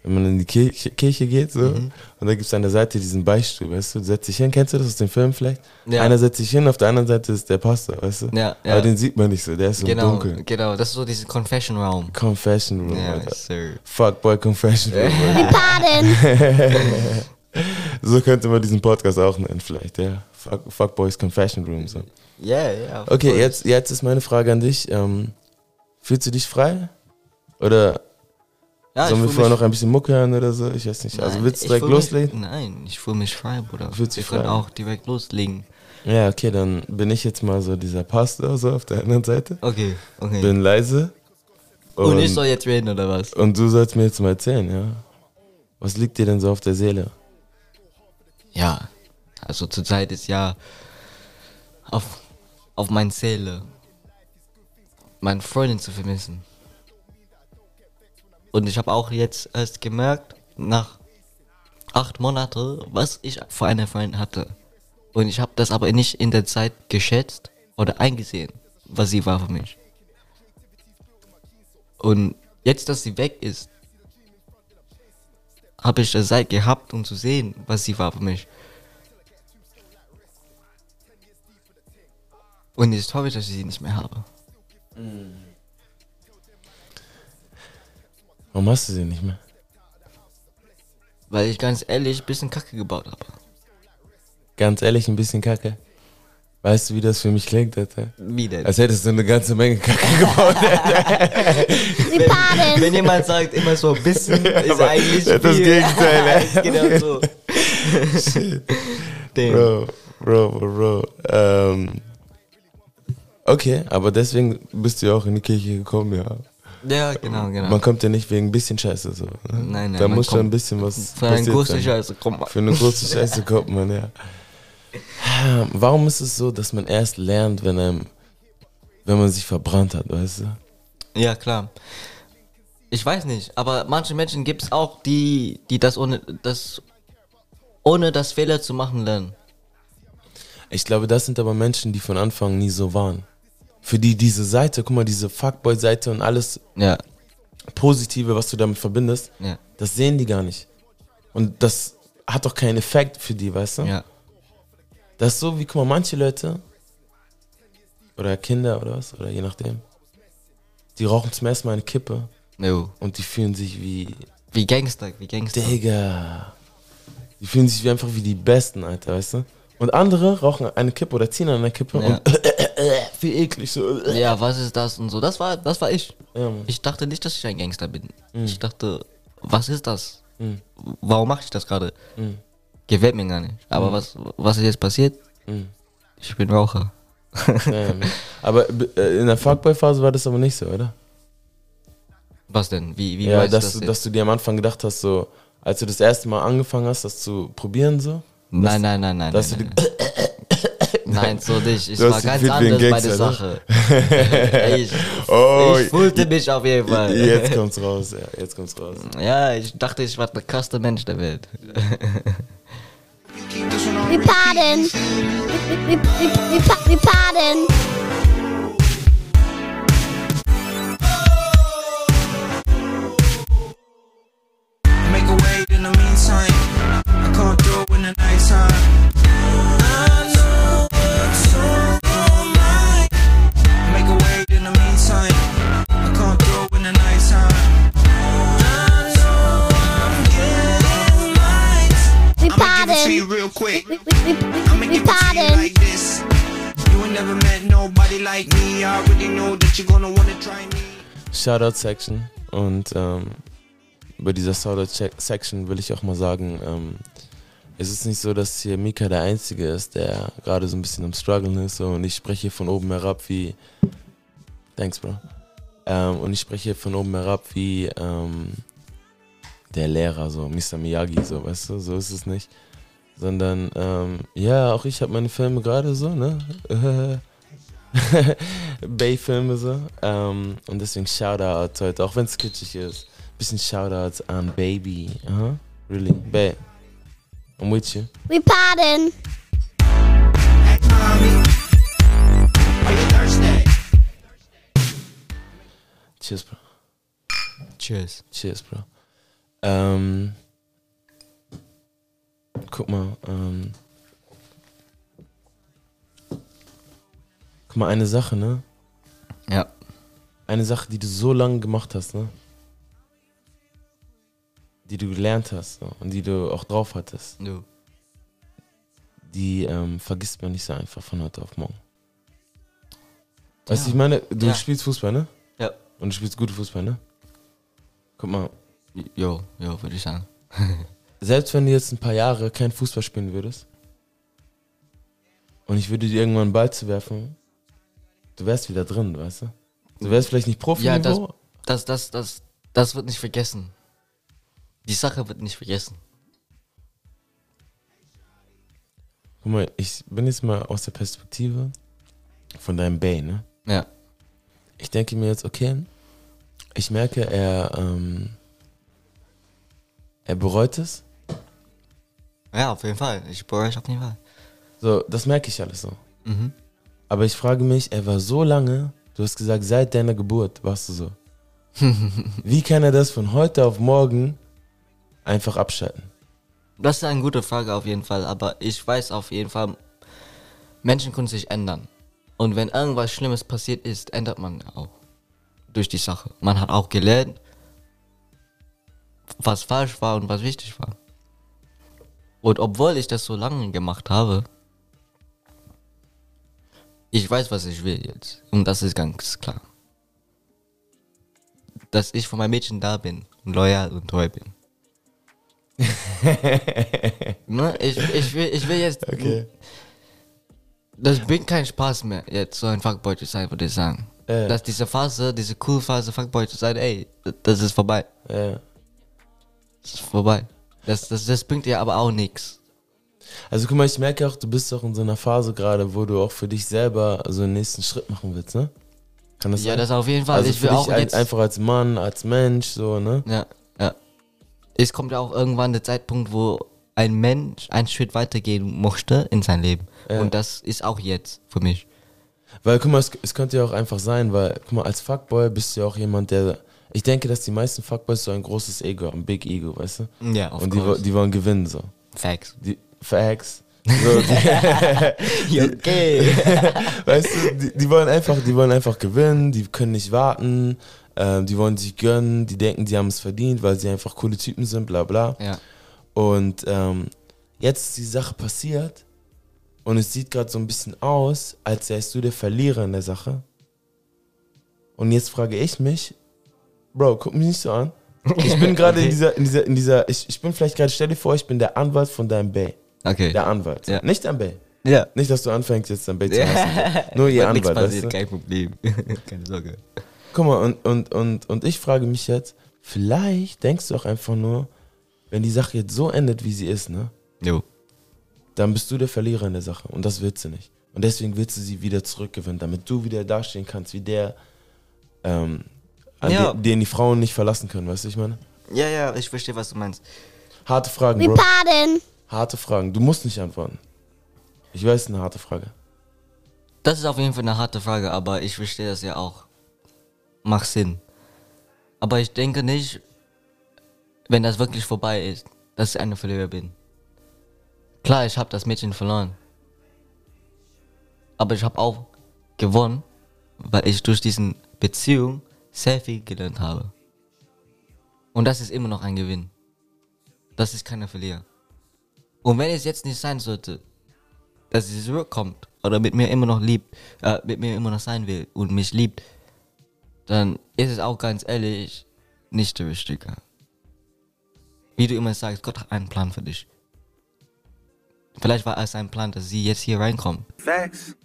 Speaker 1: wenn man in die Kirche, Kirche geht, so,
Speaker 2: Mhm.
Speaker 1: und da gibt es an der Seite diesen Beistuhl, weißt du, du setzt dich hin, kennst du das aus dem Film vielleicht?
Speaker 2: Ja.
Speaker 1: Einer setzt sich hin, auf der anderen Seite ist der Pastor, weißt du?
Speaker 2: Ja, ja.
Speaker 1: Aber den sieht man nicht so, der ist so
Speaker 2: Genau,
Speaker 1: dunkel.
Speaker 2: genau, das ist so dieses Confession Raum.
Speaker 1: Confession Room,
Speaker 2: Ja,
Speaker 1: Alter.
Speaker 2: Sir. *laughs*
Speaker 1: Fuckboy Confession Room, Alter. *laughs*
Speaker 3: We pardon.
Speaker 1: So könnte man diesen Podcast auch nennen, vielleicht, ja. Fuck, Fuckboys Confession Room. So.
Speaker 2: Ja, ja.
Speaker 1: Okay, jetzt, jetzt ist meine Frage an dich. Ähm, fühlst du dich frei? Oder
Speaker 2: ja,
Speaker 1: sollen wir
Speaker 2: fühl
Speaker 1: vorher
Speaker 2: mich-
Speaker 1: noch ein bisschen Mucke hören oder so? Ich weiß nicht. also
Speaker 2: Nein,
Speaker 1: willst du
Speaker 2: ich
Speaker 1: direkt
Speaker 2: fühl mich-
Speaker 1: loslegen?
Speaker 2: Nein, ich fühle mich frei, Bruder.
Speaker 1: Fühlst
Speaker 2: wir
Speaker 1: dich
Speaker 2: können
Speaker 1: frei?
Speaker 2: auch direkt loslegen.
Speaker 1: Ja, okay, dann bin ich jetzt mal so dieser Pastor so auf der anderen Seite.
Speaker 2: Okay, okay.
Speaker 1: Bin leise.
Speaker 2: und ich soll jetzt reden, oder was?
Speaker 1: und du sollst mir jetzt mal erzählen, ja. Was liegt dir denn so auf der Seele?
Speaker 2: Ja. Also zurzeit ist ja auf, auf meine Seele, meine Freundin zu vermissen. Und ich habe auch jetzt erst gemerkt, nach acht Monaten, was ich für eine Freundin hatte. Und ich habe das aber nicht in der Zeit geschätzt oder eingesehen, was sie war für mich. Und jetzt, dass sie weg ist, habe ich eine Zeit gehabt, um zu sehen, was sie war für mich. Und jetzt hoffe ich, dass ich sie nicht mehr habe.
Speaker 1: Warum hast du sie nicht mehr?
Speaker 2: Weil ich ganz ehrlich ein bisschen Kacke gebaut habe.
Speaker 1: Ganz ehrlich, ein bisschen kacke. Weißt du, wie das für mich klingt, Alter?
Speaker 2: Wie denn?
Speaker 1: Als hättest du eine ganze Menge Kacke gebaut.
Speaker 3: Sie baden.
Speaker 2: Wenn jemand sagt, immer so
Speaker 1: *laughs*
Speaker 2: ein bisschen, ist
Speaker 1: aber
Speaker 2: eigentlich
Speaker 1: das
Speaker 2: viel. *laughs*
Speaker 1: Gegenteil, ne?
Speaker 2: Ist genau
Speaker 1: *laughs*
Speaker 2: so. Damn.
Speaker 1: Bro, bro, bro, bro. Ähm, okay, aber deswegen bist du ja auch in die Kirche gekommen, ja.
Speaker 2: Ja, genau, genau.
Speaker 1: Man kommt ja nicht wegen ein bisschen Scheiße so. Ne?
Speaker 2: Nein, nein,
Speaker 1: Da
Speaker 2: man
Speaker 1: muss schon
Speaker 2: kommt
Speaker 1: ein bisschen was.
Speaker 2: für einen
Speaker 1: passiert
Speaker 2: großen
Speaker 1: sein.
Speaker 2: Scheiße, also, komm mal.
Speaker 1: Für eine große
Speaker 2: *laughs*
Speaker 1: Scheiße kommt man, ja. Warum ist es so, dass man erst lernt, wenn einem, wenn man sich verbrannt hat, weißt du?
Speaker 2: Ja, klar. Ich weiß nicht, aber manche Menschen gibt es auch, die, die das ohne das ohne das Fehler zu machen lernen.
Speaker 1: Ich glaube, das sind aber Menschen, die von Anfang nie so waren. Für die diese Seite, guck mal, diese Fuckboy-Seite und alles
Speaker 2: Ja,
Speaker 1: Positive, was du damit verbindest,
Speaker 2: ja,
Speaker 1: das sehen die gar nicht. Und das hat doch keinen Effekt für die, weißt du?
Speaker 2: ja.
Speaker 1: Das ist so wie, guck mal, manche Leute oder Kinder oder was, oder je nachdem, die rauchen zum ersten Mal eine Kippe
Speaker 2: Jo.
Speaker 1: und die fühlen sich wie,
Speaker 2: Wie Gangster, wie Gangster.
Speaker 1: Digga. Die fühlen sich wie einfach wie die Besten, Alter, weißt du? Und andere rauchen eine Kippe oder ziehen an einer Kippe
Speaker 2: Ja.
Speaker 1: und *laughs* viel eklig so.
Speaker 2: Ja, was ist das und so? Das war, das war ich.
Speaker 1: Ja, Mann. Mhm.
Speaker 2: Ich dachte nicht, dass ich ein Gangster bin. Ich dachte, was ist das? Warum mache ich das gerade?
Speaker 1: Mhm.
Speaker 2: Gefällt mir gar nicht. Aber was, was ist jetzt passiert? Ich bin
Speaker 1: Mhm.
Speaker 2: Raucher.
Speaker 1: Ja, Mann. Ähm, aber äh, in der Fuckboy-Phase war das aber nicht so, oder?
Speaker 2: *laughs* Was denn? Wie, wie
Speaker 1: Ja,
Speaker 2: weißt
Speaker 1: dass,
Speaker 2: du
Speaker 1: du,
Speaker 2: jetzt?
Speaker 1: dass du dir am Anfang gedacht hast, so, als du das erste Mal angefangen hast, das zu probieren, so.
Speaker 2: Nein, nein, nein, nein.
Speaker 1: dass
Speaker 2: nein,
Speaker 1: du
Speaker 2: nein, nein. nein, so nicht. Ich
Speaker 1: Du
Speaker 2: war
Speaker 1: hast dich
Speaker 2: ganz
Speaker 1: gefühlt wie ein
Speaker 2: anders bei der
Speaker 1: Gangster, ne?
Speaker 2: Sache. *laughs* ich,
Speaker 1: Oh,
Speaker 2: ich fühlte mich auf jeden *laughs* Fall.
Speaker 1: Jetzt kommt's raus, ja, jetzt kommt's raus.
Speaker 2: Ja, ich dachte, ich war der krasseste Mensch der Welt.
Speaker 3: We pardon. We, we, we, we, pa- we pardon.
Speaker 9: Make a way in the meantime. I come through in the nighttime. I know what's on your mind. Make a way in the meantime. I come through in the nighttime. I know I'm getting mine.
Speaker 3: We
Speaker 9: I'ma give it to you
Speaker 3: pardon.
Speaker 9: real quick.
Speaker 3: We, we,
Speaker 9: I'ma
Speaker 3: we, we, we
Speaker 9: give it to you
Speaker 3: pardon.
Speaker 9: like this. You ain't never met nobody like me. I already know that you're gonna wanna try me.
Speaker 1: Shoutout-Section und ähm, bei dieser Shoutout-Section will ich auch mal sagen, ähm, es ist nicht so, dass hier Mika der Einzige ist, der gerade so ein bisschen am Struggeln ist so, und ich spreche hier von oben herab wie, thanks bro, ähm, und ich spreche hier von oben herab wie ähm, der Lehrer, so Mr. Miyagi, so, weißt du, so ist es nicht, sondern ähm, ja, auch ich habe meine Filme gerade so, ne? *laughs* Bay-Filme so. Ähm, und deswegen Shoutouts heute, auch wenn es kitschig ist. Bisschen Shoutouts an Baby. Aha, really. Babe, I'm with you.
Speaker 3: We pardon.
Speaker 9: Act mommy. Are you thirsty?
Speaker 1: Cheers, bro.
Speaker 2: Tschüss.
Speaker 1: Cheers, bro. Ähm, guck mal. Ähm, guck mal, eine Sache, ne?
Speaker 2: Ja.
Speaker 1: Eine Sache, die du so lange gemacht hast, ne? die du gelernt hast so, und die du auch drauf hattest,
Speaker 2: Du.
Speaker 1: die ähm, vergisst man nicht so einfach von heute auf morgen. Weißt du,
Speaker 2: Ja.
Speaker 1: ich meine, du
Speaker 2: Ja.
Speaker 1: spielst Fußball, ne?
Speaker 2: Ja.
Speaker 1: Und du spielst gute Fußball, ne? Guck mal,
Speaker 2: Jo, jo, würde ich sagen.
Speaker 1: selbst wenn du jetzt ein paar Jahre kein Fußball spielen würdest und ich würde dir irgendwann einen Ball zu werfen, du wärst wieder drin, weißt du? Du wärst vielleicht nicht Profi,
Speaker 2: Ja, das, das, das, das, das wird nicht vergessen. Die Sache wird nicht vergessen.
Speaker 1: Guck mal, ich bin jetzt mal aus der Perspektive von deinem Bay, ne?
Speaker 2: Ja.
Speaker 1: Ich denke mir jetzt, okay, ich merke, er, ähm, er bereut es.
Speaker 2: Ja, auf jeden Fall. Ich bereue es auf jeden Fall.
Speaker 1: So, das merke ich alles so.
Speaker 2: Mhm.
Speaker 1: Aber ich frage mich, er war so lange, du hast gesagt, seit deiner Geburt warst du
Speaker 2: *laughs*
Speaker 1: so. Wie kann er das von heute auf morgen einfach abschalten?
Speaker 2: Das ist eine gute Frage auf jeden Fall, aber ich weiß auf jeden Fall, Menschen können sich ändern. Und wenn irgendwas Schlimmes passiert ist, ändert man auch. Durch die Sache. Man hat auch gelernt, was falsch war und was wichtig war. Und obwohl ich das so lange gemacht habe, ich weiß, was ich will jetzt. Und das ist ganz klar. Dass ich für mein Mädchen da bin und loyal und treu bin. Ne? Ich, ich, will, ich will jetzt. Das bringt keinen Spaß mehr, jetzt so ein Fuckboy zu sein, würde ich sagen.
Speaker 1: Äh.
Speaker 2: Dass diese Phase, diese cool Phase, Fuckboy zu sein, ey, d- das ist vorbei.
Speaker 1: Ja.
Speaker 2: Das ist vorbei. Das, das, das bringt dir aber auch nichts.
Speaker 1: Also guck mal, ich merke auch, du bist auch in so einer Phase gerade, wo du auch für dich selber so einen nächsten Schritt machen willst, ne? Kann das
Speaker 2: Ja,
Speaker 1: sein?
Speaker 2: das auf jeden Fall.
Speaker 1: also
Speaker 2: ich
Speaker 1: für
Speaker 2: will
Speaker 1: dich
Speaker 2: auch
Speaker 1: ein-
Speaker 2: jetzt.
Speaker 1: einfach als Mann, als Mensch, so, ne?
Speaker 2: Ja, ja. Es kommt ja auch irgendwann der Zeitpunkt, wo ein Mensch einen Schritt weitergehen möchte in sein Leben. Und das ist auch jetzt für mich.
Speaker 1: Weil, guck mal, es, es könnte ja auch einfach sein, weil, guck mal, als Fuckboy bist du ja auch jemand, der. Ich denke, dass die meisten Fuckboys so ein großes Ego haben, Big Ego, weißt du?
Speaker 2: Ja, of
Speaker 1: Und die, wo-
Speaker 2: course.
Speaker 1: die wollen gewinnen, so.
Speaker 2: Facts.
Speaker 1: Die
Speaker 2: *laughs*
Speaker 1: Facts. So, die,
Speaker 2: Okay.
Speaker 1: *laughs* weißt du, die, die, wollen einfach, die wollen einfach gewinnen, die können nicht warten, ähm, die wollen sich gönnen, die denken, die haben es verdient, weil sie einfach coole Typen sind, bla bla.
Speaker 2: ja.
Speaker 1: Und ähm, jetzt ist die Sache passiert und es sieht gerade so ein bisschen aus, als wärst du der Verlierer in der Sache. Und jetzt frage ich mich, Bro, guck mich nicht so an. *laughs* Ich
Speaker 2: *laughs*
Speaker 1: bin gerade in dieser, in dieser, in dieser, ich, ich bin vielleicht gerade, stell dir vor, ich bin der Anwalt von deinem Bay.
Speaker 2: Okay.
Speaker 1: Der Anwalt.
Speaker 2: Ja.
Speaker 1: Nicht dein Bay.
Speaker 2: ja.
Speaker 1: Nicht, dass du anfängst, jetzt dein Bay zu
Speaker 2: *laughs*
Speaker 1: hassen. Nur ihr
Speaker 2: Nichts
Speaker 1: Anwalt.
Speaker 2: passiert,
Speaker 1: Weißt du?
Speaker 2: kein Problem. *laughs* Keine Sorge.
Speaker 1: Guck mal, und, und, und, und ich frage mich jetzt, vielleicht denkst du auch einfach nur, wenn die Sache jetzt so endet, wie sie ist, ne?
Speaker 2: Jo.
Speaker 1: dann bist du der Verlierer in der Sache. Und das willst du nicht. Und deswegen willst du sie wieder zurückgewinnen, damit du wieder dastehen kannst, wie der, ähm, an
Speaker 2: Ja.
Speaker 1: den, den die Frauen nicht verlassen können, weißt du, ich meine?
Speaker 2: Ja, ja, ich verstehe, was du meinst.
Speaker 1: Harte Fragen,
Speaker 3: We
Speaker 1: Bro.
Speaker 3: pardon.
Speaker 1: Harte Fragen. Du musst nicht antworten. Ich weiß, eine harte Frage.
Speaker 2: Das ist auf jeden Fall eine harte Frage, aber ich verstehe das ja auch. Macht Sinn. Aber ich denke nicht, wenn das wirklich vorbei ist, dass ich eine Verlierer bin. Klar, ich habe das Mädchen verloren. Aber ich habe auch gewonnen, weil ich durch diesen Beziehung sehr viel gelernt habe. Und das ist immer noch ein Gewinn. Das ist keine Verlierer. Und wenn es jetzt nicht sein sollte, dass sie zurückkommt oder mit mir immer noch liebt, äh, mit mir immer noch sein will und mich liebt, dann ist es auch ganz ehrlich nicht der Richtige. Wie du immer sagst, Gott hat einen Plan für dich. Vielleicht war es sein Plan, dass sie jetzt hier reinkommt,
Speaker 6: Facts.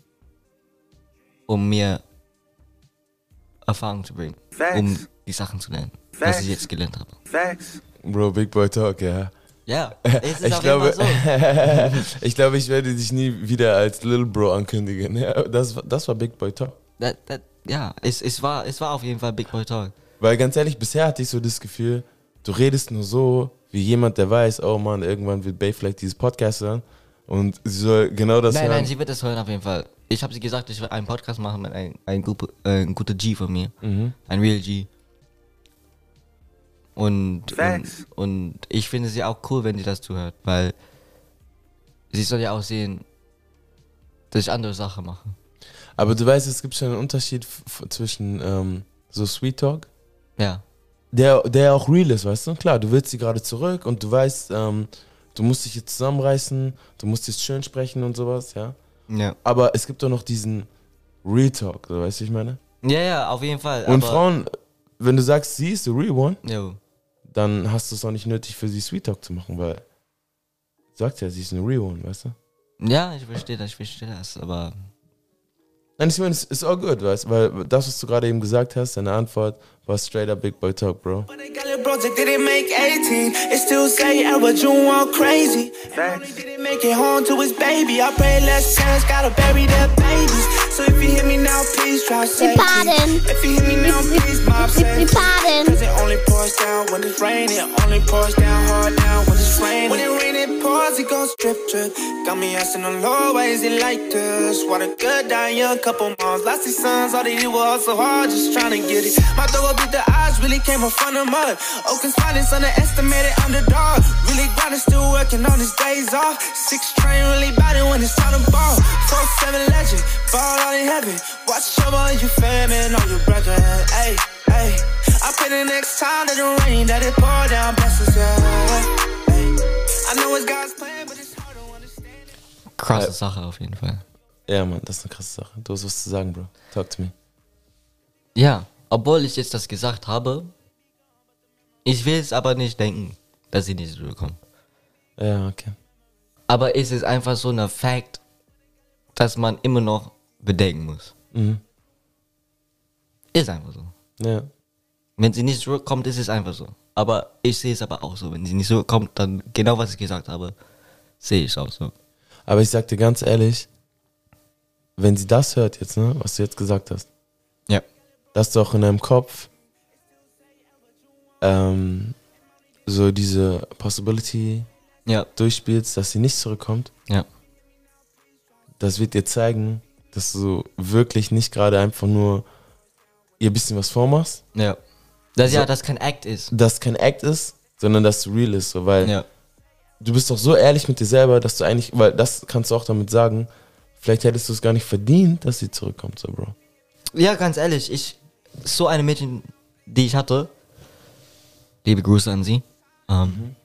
Speaker 2: um mir Erfahrung zu bringen,
Speaker 6: Facts.
Speaker 2: um die Sachen zu lernen, was
Speaker 6: Facts.
Speaker 2: ich jetzt gelernt habe.
Speaker 6: Facts.
Speaker 1: Bro, Big Boy Talk, ja.
Speaker 2: Ja, es ist
Speaker 1: *laughs* Ich
Speaker 2: auf
Speaker 1: glaube,
Speaker 2: jeden Fall so.
Speaker 1: *laughs* ich glaube, ich werde dich nie wieder als Little Bro ankündigen. Ja, das, war- das war Big Boy Talk.
Speaker 2: Das, das, ja, es, es, war, es war auf jeden Fall Big Boy Talk.
Speaker 1: Weil ganz ehrlich, bisher hatte ich so das Gefühl, du redest nur so, wie jemand, der weiß, oh Mann, irgendwann wird Bay vielleicht dieses Podcast hören und sie soll genau das
Speaker 2: Nein,
Speaker 1: hören.
Speaker 2: nein, sie wird das hören auf jeden Fall. Ich habe sie gesagt, ich will einen Podcast machen mit einem ein Gruppe, äh, ein guter G von mir.
Speaker 1: Mhm.
Speaker 2: Ein Real G. Und,
Speaker 6: Facts.
Speaker 2: und, und ich finde sie auch cool, wenn sie das zuhört, weil sie soll ja auch sehen, dass ich andere Sachen mache.
Speaker 1: Aber du weißt, es gibt schon einen Unterschied f- f- zwischen ähm, so Sweet Talk
Speaker 2: Ja.
Speaker 1: der, der auch real ist, weißt du? Klar, du willst sie gerade zurück und du weißt, ähm, du musst dich jetzt zusammenreißen, du musst jetzt schön sprechen und sowas, ja.
Speaker 2: Ja.
Speaker 1: Aber es gibt doch noch diesen Real Talk, so, weißt du, ich meine?
Speaker 2: Ja, ja, auf jeden Fall.
Speaker 1: Und
Speaker 2: aber,
Speaker 1: Frauen, wenn du sagst, sie ist the real one,
Speaker 2: Jo.
Speaker 1: dann hast du es auch nicht nötig, für sie Sweet Talk zu machen, weil sagt ja, sie ist eine real one, weißt du?
Speaker 2: Ja, ich verstehe das, ich verstehe das, aber
Speaker 1: Nein, ich meine, es ist all good, weißt du, weil das, was du gerade eben gesagt hast, deine Antwort war straight up Big Boy Talk, Bro.
Speaker 9: But they got a project, didn't make 18. It still say I was you all crazy. And only didn't make it home to his baby. I pray less parents gotta bury their babies. So if you hear me now, please try
Speaker 3: We
Speaker 9: safety.
Speaker 3: pardon.
Speaker 9: If you hear me now, please mob
Speaker 3: We
Speaker 9: safety.
Speaker 3: pardon.
Speaker 9: Cause it only pours down when it's raining. It only pours down hard down when it's raining. When it rain, it pours, it goes drip drip. Got me asking the Lord, why is it like this? What a good dying young couple moms. Lost these sons, all they did was hustle hard, just trying to get it. My throw beat the odds, really came up from the mud. Oakland spotters underestimated underdog. Really grinding, still working on his days off. Six train really body when it's on the ball. Four seven legend, ball out in heaven. Watch your money, you fam and all your brethren. Hey, hey. I pray the next time that it rain, that it pour down blessings. Yeah. Ay, I know it's God's plan, but it's hard to understand.
Speaker 2: krasse Sache auf jeden Fall.
Speaker 1: Äh, Ja, Mann, das ist eine krasse Sache. Du hast was zu sagen, Bro. Talk to me.
Speaker 2: Ja, obwohl ich jetzt das gesagt habe, ich will es aber nicht denken, dass sie nicht zurückkommen.
Speaker 1: Ja, okay.
Speaker 2: Aber es ist einfach so eine Fact, dass man immer noch bedenken muss. Ist einfach so.
Speaker 1: Ja.
Speaker 2: Wenn sie nicht zurückkommt, ist es einfach so. Aber ich sehe es aber auch so. Wenn sie nicht zurückkommt, dann genau was ich gesagt habe, sehe ich es auch so.
Speaker 1: Aber ich sag dir ganz ehrlich, wenn sie das hört jetzt, ne, was du jetzt gesagt hast,
Speaker 2: Ja.
Speaker 1: dass du auch in deinem Kopf ähm, so diese Possibility
Speaker 2: Ja,
Speaker 1: durchspielst, dass sie nicht zurückkommt,
Speaker 2: ja.
Speaker 1: das wird dir zeigen, dass du wirklich nicht gerade einfach nur ihr bisschen was vormachst,
Speaker 2: Ja. Dass ja, das kein Act ist.
Speaker 1: dass kein Act ist, sondern dass du real ist, so, weil
Speaker 2: Ja.
Speaker 1: du bist doch so ehrlich mit dir selber, dass du eigentlich, weil das kannst du auch damit sagen, vielleicht hättest du es gar nicht verdient, dass sie zurückkommt, so Bro.
Speaker 2: Ja, ganz ehrlich, ich. So eine Mädchen, die ich hatte. Liebe Grüße an sie.
Speaker 1: Mhm.
Speaker 2: Ähm,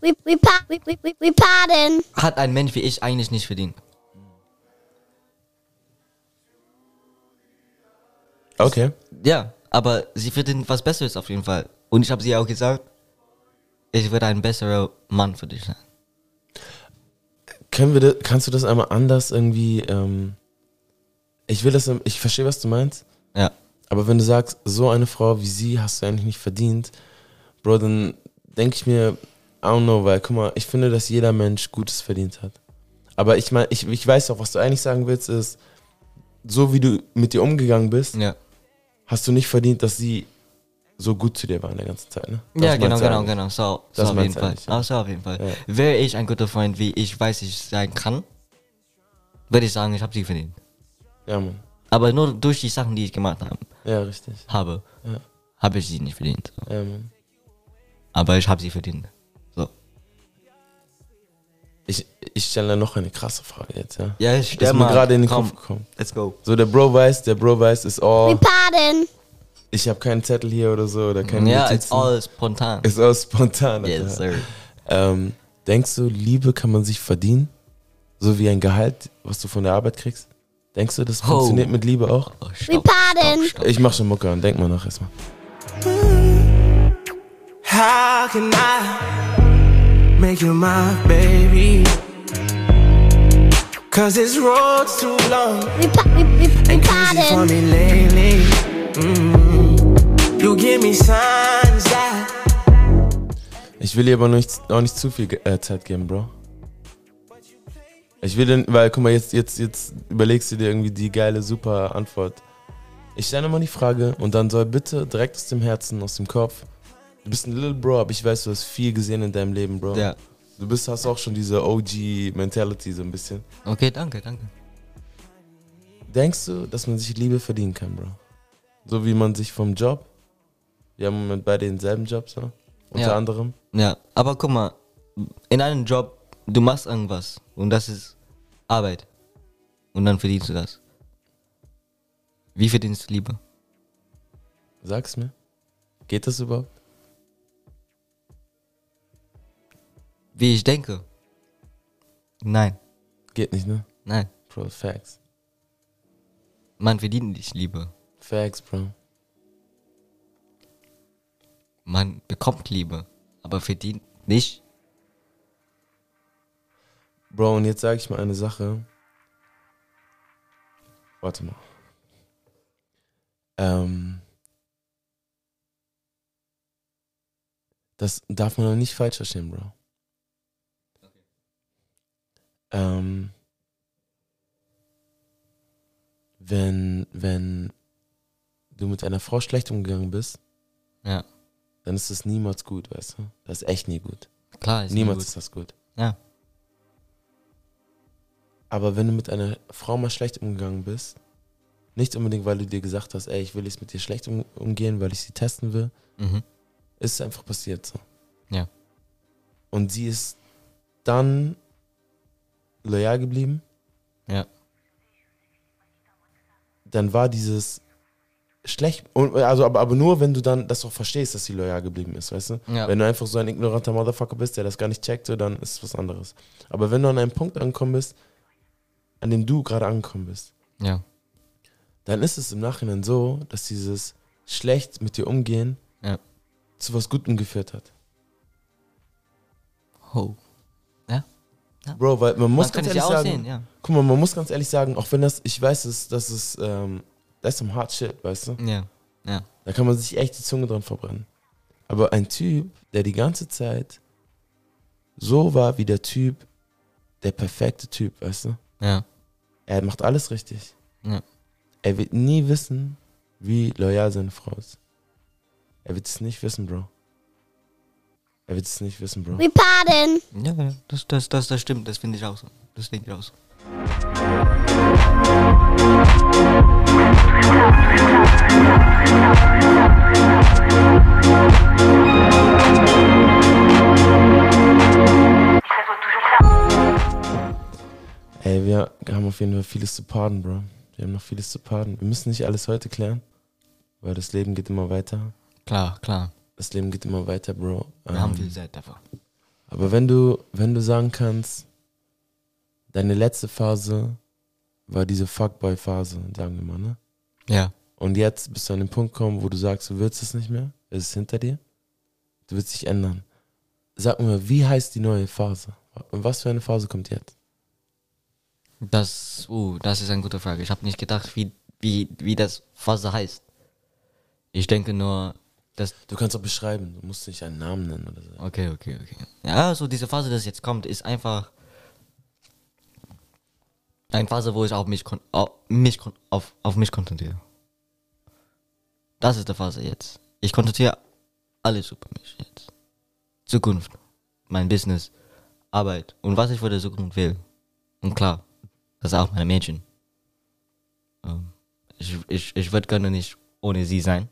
Speaker 3: We we pa- we we we we pardon.
Speaker 2: Hat ein Mensch wie ich eigentlich nicht verdient.
Speaker 1: Okay.
Speaker 2: Ja, aber sie verdient was Besseres auf jeden Fall. Und ich habe sie auch gesagt, ich werde ein besserer Mann für dich sein.
Speaker 1: Können wir das, kannst du das einmal anders irgendwie, ähm, ich will das, ich verstehe, was du meinst,
Speaker 2: Ja.
Speaker 1: aber wenn du sagst, so eine Frau wie sie hast du eigentlich nicht verdient, Bro, dann denke ich mir, I don't know, weil, guck mal, ich finde, dass jeder Mensch Gutes verdient hat. Aber ich meine, ich, ich weiß auch, was du eigentlich sagen willst, ist, so wie du mit dir umgegangen bist,
Speaker 2: Ja.
Speaker 1: hast du nicht verdient, dass sie so gut zu dir waren der ganzen Zeit, ne? Das
Speaker 2: ja, genau,
Speaker 1: meinst du
Speaker 2: genau,
Speaker 1: eigentlich.
Speaker 2: genau. So, so
Speaker 1: Das
Speaker 2: auf jeden
Speaker 1: meinst du
Speaker 2: Fall.
Speaker 1: eigentlich, ja.
Speaker 2: Ah, So auf jeden Fall.
Speaker 1: Ja.
Speaker 2: Wäre ich ein guter Freund, wie ich weiß, ich sein kann, würde ich sagen, ich habe sie verdient.
Speaker 1: Ja, Mann.
Speaker 2: Aber nur durch die Sachen, die ich gemacht habe,
Speaker 1: Ja, richtig.
Speaker 2: habe,
Speaker 1: Ja.
Speaker 2: habe ich sie nicht verdient. So.
Speaker 1: Ja, Mann.
Speaker 2: Aber ich habe sie verdient. So.
Speaker 1: Ich, ich stelle noch eine krasse Frage jetzt, ja?
Speaker 2: Ja, ich
Speaker 1: Ist mir gerade in den Kopf gekommen.
Speaker 2: Let's go.
Speaker 1: So, der Bro weiß, der Bro weiß, ist
Speaker 2: Oh.
Speaker 3: We
Speaker 1: all.
Speaker 3: pardon.
Speaker 1: Ich habe keinen Zettel hier oder so oder keine
Speaker 2: Ja,
Speaker 1: Notizen.
Speaker 2: it's all spontan.
Speaker 1: Ist äh, all spontan.
Speaker 2: yes,
Speaker 1: Alter.
Speaker 2: sir.
Speaker 1: ähm, denkst du, Liebe kann man sich verdienen? So wie ein Gehalt, was du von der Arbeit kriegst? Denkst du, das funktioniert mit Liebe auch?
Speaker 2: Oh,
Speaker 3: We
Speaker 2: stopp,
Speaker 3: pardon.
Speaker 2: stopp.
Speaker 1: Ich mach schon Mucke an, denk mal nach erstmal.
Speaker 9: How can I make you my baby? Cause this road's too long
Speaker 3: We pa- we we we
Speaker 9: and crazy for
Speaker 3: pardon.
Speaker 9: me lately. Mm. You give me signs that
Speaker 1: Ich will dir aber nicht, auch nicht zu viel ge- äh, Zeit geben, Bro. Ich will denn, weil, guck mal, jetzt, jetzt, jetzt überlegst du dir irgendwie die geile, super Antwort. Ich stelle mal die Frage und dann soll bitte direkt aus dem Herzen, aus dem Kopf. Du bist ein Little Bro, aber ich weiß, du hast viel gesehen in deinem Leben, Bro.
Speaker 2: Ja.
Speaker 1: Du bist, hast auch schon diese OG-Mentality so ein bisschen.
Speaker 2: Okay, danke, danke.
Speaker 1: Denkst du, dass man sich Liebe verdienen kann, Bro? So wie man sich vom Job, wir haben im Moment beide denselben Job, so, unter
Speaker 2: Ja.
Speaker 1: anderem.
Speaker 2: Ja, aber guck mal, in einem Job, du machst irgendwas und das ist Arbeit. Und dann verdienst du das. Wie verdienst du Liebe?
Speaker 1: Sag's mir. Geht das überhaupt?
Speaker 2: Wie ich denke. Nein,
Speaker 1: Geht nicht, ne?
Speaker 2: nein.
Speaker 1: Bro, Facts.
Speaker 2: Man verdient nicht Liebe.
Speaker 1: Facts, Bro.
Speaker 2: Man bekommt Liebe, aber verdient nicht.
Speaker 1: Bro, und jetzt sage ich mal eine Sache. Warte mal. Ähm, das darf man doch nicht falsch verstehen, Bro. Ähm, wenn, wenn du mit einer Frau schlecht umgegangen bist,
Speaker 2: Ja,
Speaker 1: dann ist das niemals gut, weißt du? Das ist echt nie gut.
Speaker 2: klar ist nie
Speaker 1: niemals
Speaker 2: gut.
Speaker 1: ist das gut.
Speaker 2: Ja,
Speaker 1: Aber wenn du mit einer Frau mal schlecht umgegangen bist, nicht unbedingt, weil du dir gesagt hast, ey, ich will jetzt mit dir schlecht um, umgehen, weil ich sie testen will,
Speaker 2: mhm.
Speaker 1: ist es einfach passiert so.
Speaker 2: Ja.
Speaker 1: Und sie ist dann loyal geblieben.
Speaker 2: Ja.
Speaker 1: Dann war dieses schlecht, und- also aber, aber nur, wenn du dann das auch verstehst, dass sie loyal geblieben ist, weißt du?
Speaker 2: Ja.
Speaker 1: Wenn du einfach so ein ignoranter Motherfucker bist, der das gar nicht checkt, so, dann ist es was anderes. Aber wenn du an einem Punkt angekommen bist, an dem du gerade angekommen bist,
Speaker 2: ja,
Speaker 1: dann ist es im Nachhinein so, dass dieses schlecht mit dir umgehen
Speaker 2: ja.
Speaker 1: zu was Gutem geführt hat.
Speaker 2: Ho.
Speaker 1: Bro, weil man muss
Speaker 2: Man kann
Speaker 1: ganz
Speaker 2: es
Speaker 1: ehrlich
Speaker 2: ja auch
Speaker 1: sagen,
Speaker 2: sehen, ja.
Speaker 1: guck mal, man muss ganz ehrlich sagen, auch wenn das, ich weiß es, das ist, ähm, das ist some hard shit, weißt du?
Speaker 2: Ja, ja.
Speaker 1: Da kann man sich echt die Zunge dran verbrennen. Aber ein Typ, der die ganze Zeit so war wie der Typ, der perfekte Typ, weißt du?
Speaker 2: Ja,
Speaker 1: Er macht alles richtig.
Speaker 2: ja,
Speaker 1: Er wird nie wissen, wie loyal seine Frau ist. Er wird es nicht wissen, Bro. Er wird es nicht wissen, Bro.
Speaker 3: We pardon.
Speaker 2: ja, ja. Das, das, das, das stimmt, das finde ich auch so. Das denke ich auch so.
Speaker 1: Ey, wir haben auf jeden Fall vieles zu parden, Bro. Wir haben noch vieles zu parden. Wir müssen nicht alles heute klären, weil das Leben geht immer weiter.
Speaker 2: Klar, klar.
Speaker 1: Das Leben geht immer weiter, Bro.
Speaker 2: Wir
Speaker 1: Ähm,
Speaker 2: haben viel Zeit dafür.
Speaker 1: aber wenn du, wenn du sagen kannst, deine letzte Phase war diese Fuckboy-Phase, sagen wir mal, ne?
Speaker 2: Ja,
Speaker 1: Und jetzt bist du an den Punkt gekommen, wo du sagst, du willst es nicht mehr, es ist hinter dir, du willst dich ändern. Sag mir, wie heißt die neue Phase? Und was für eine Phase kommt jetzt?
Speaker 2: das, uh, das ist eine gute Frage. Ich habe nicht gedacht, wie, wie, wie das Phase heißt. Ich denke nur, dass
Speaker 1: Du kannst auch beschreiben, du musst nicht einen Namen nennen oder so.
Speaker 2: Okay, okay, okay. Ja, so diese Phase, das jetzt kommt, ist einfach eine Phase, wo ich auf mich, kon auf, mich kon auf, auf mich konzentriere. Das ist die Phase jetzt. Ich konzentriere alles über mich jetzt. Zukunft, mein Business, Arbeit und was ich für die Zukunft will. Und klar, das ist auch meine Mädchen. Ähm, Ich, ich, ich würde gerne nicht ohne sie sein.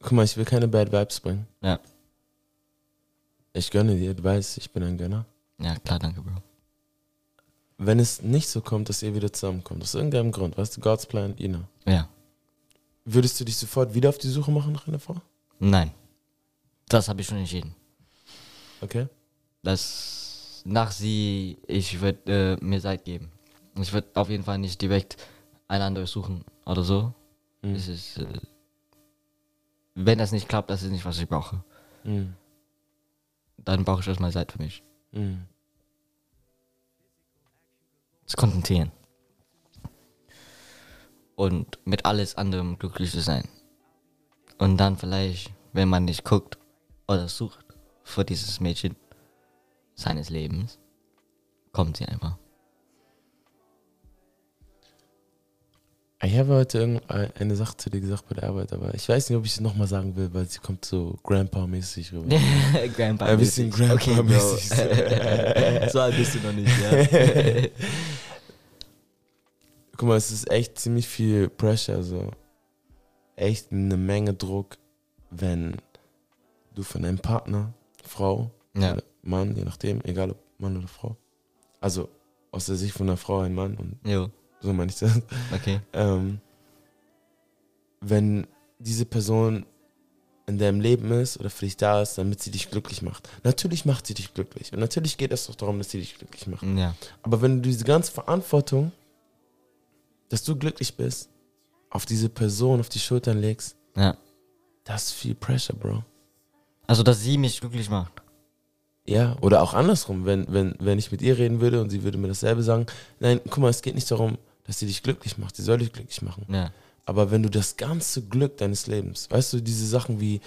Speaker 1: Guck mal, ich will keine Bad Vibes bringen.
Speaker 2: Ja,
Speaker 1: Ich gönne dir, du weißt, ich bin ein Gönner.
Speaker 2: ja klar, danke, Bro.
Speaker 1: Wenn es nicht so kommt, dass ihr wieder zusammenkommt, aus irgendeinem Grund, weißt du, God's Plan, Ina,
Speaker 2: Ja.
Speaker 1: würdest du dich sofort wieder auf die Suche machen nach einer Frau?
Speaker 2: Nein. Das habe ich schon entschieden.
Speaker 1: Okay?
Speaker 2: Das nach sie, ich würde äh, mir Zeit geben. Ich würde auf jeden Fall nicht direkt eine andere suchen oder so.
Speaker 1: Mhm.
Speaker 2: Es ist, äh, wenn das nicht klappt, das ist nicht, was ich brauche.
Speaker 1: Mhm.
Speaker 2: Dann brauche ich erstmal Zeit für mich.
Speaker 1: Mhm.
Speaker 2: Zu konzentrieren. Und mit alles anderem glücklich zu sein. Und dann vielleicht, wenn man nicht guckt oder sucht für dieses Mädchen seines Lebens, kommt sie einfach.
Speaker 1: Ich habe heute irgendeine Sache zu dir gesagt bei der Arbeit, aber ich weiß nicht, ob ich es nochmal sagen will, weil sie kommt so Grandpa-mäßig rüber.
Speaker 2: *laughs* Grandpa.
Speaker 1: Ein bisschen
Speaker 2: mäßig. Okay,
Speaker 1: Grandpa-mäßig.
Speaker 2: Bro. *laughs* so alt bist du noch nicht, ja.
Speaker 1: Guck mal, es ist echt ziemlich viel Pressure, so. Echt eine Menge Druck, wenn du von deinem Partner, Frau,
Speaker 2: Ja.
Speaker 1: oder Mann, je nachdem, egal ob Mann oder Frau, also aus der Sicht von einer Frau ein Mann und
Speaker 2: Jo,
Speaker 1: so meine ich das,
Speaker 2: okay.
Speaker 1: *laughs* ähm, wenn diese Person in deinem Leben ist oder für dich da ist, damit sie dich glücklich macht. Natürlich macht sie dich glücklich. Und natürlich geht es doch darum, dass sie dich glücklich macht.
Speaker 2: Ja.
Speaker 1: Aber wenn du diese ganze Verantwortung, dass du glücklich bist, auf diese Person, auf die Schultern legst,
Speaker 2: ja.
Speaker 1: das ist viel Pressure, Bro.
Speaker 2: Also, dass sie mich glücklich macht.
Speaker 1: Ja, oder auch andersrum, wenn, wenn, wenn ich mit ihr reden würde und sie würde mir dasselbe sagen, nein, guck mal, es geht nicht darum, dass sie dich glücklich macht, sie soll dich glücklich machen.
Speaker 2: Ja.
Speaker 1: Aber wenn du das ganze Glück deines Lebens, weißt du, diese Sachen wie,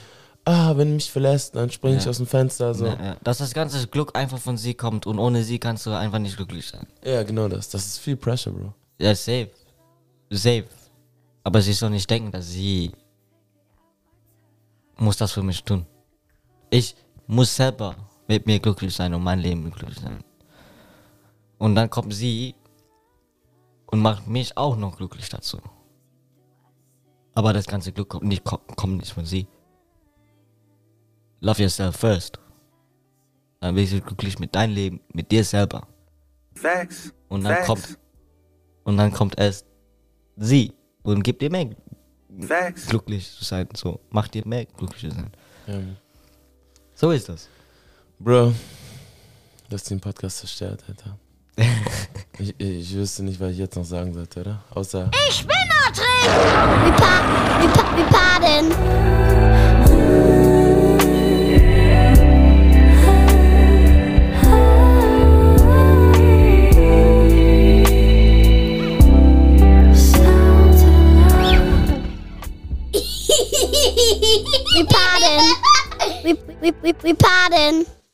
Speaker 1: ah, wenn du mich verlässt, dann springe ich
Speaker 2: Ja.
Speaker 1: aus dem Fenster, so.
Speaker 2: Ja, ja. Dass das ganze Glück einfach von sie kommt und ohne sie kannst du einfach nicht glücklich sein.
Speaker 1: Ja, genau das. Das ist viel Pressure, Bro.
Speaker 2: Ja, safe. Safe. Aber sie soll nicht denken, dass sie muss das für mich tun. Ich muss selber mit mir glücklich sein und mein Leben glücklich sein. Und dann kommt sie und macht mich auch noch glücklich dazu. Aber das ganze Glück kommt nicht, kommt, kommt nicht von sie. Love yourself first. Dann bist du glücklich mit deinem Leben, mit dir selber.
Speaker 6: Facts.
Speaker 2: Und dann
Speaker 6: Facts.
Speaker 2: kommt und dann kommt erst sie und gibt dir mehr
Speaker 6: Facts.
Speaker 2: glücklich zu sein. So, macht dir mehr glücklich zu sein.
Speaker 1: Ja.
Speaker 2: So ist das.
Speaker 1: Bro, du hast den Podcast zerstört, Alter. ich, ich wüsste nicht, was ich jetzt noch sagen sollte, oder? Außer,
Speaker 3: Ich bin da drin! Wir pa- wir pa- wir baden! We pardon. We, we, we, we pardon.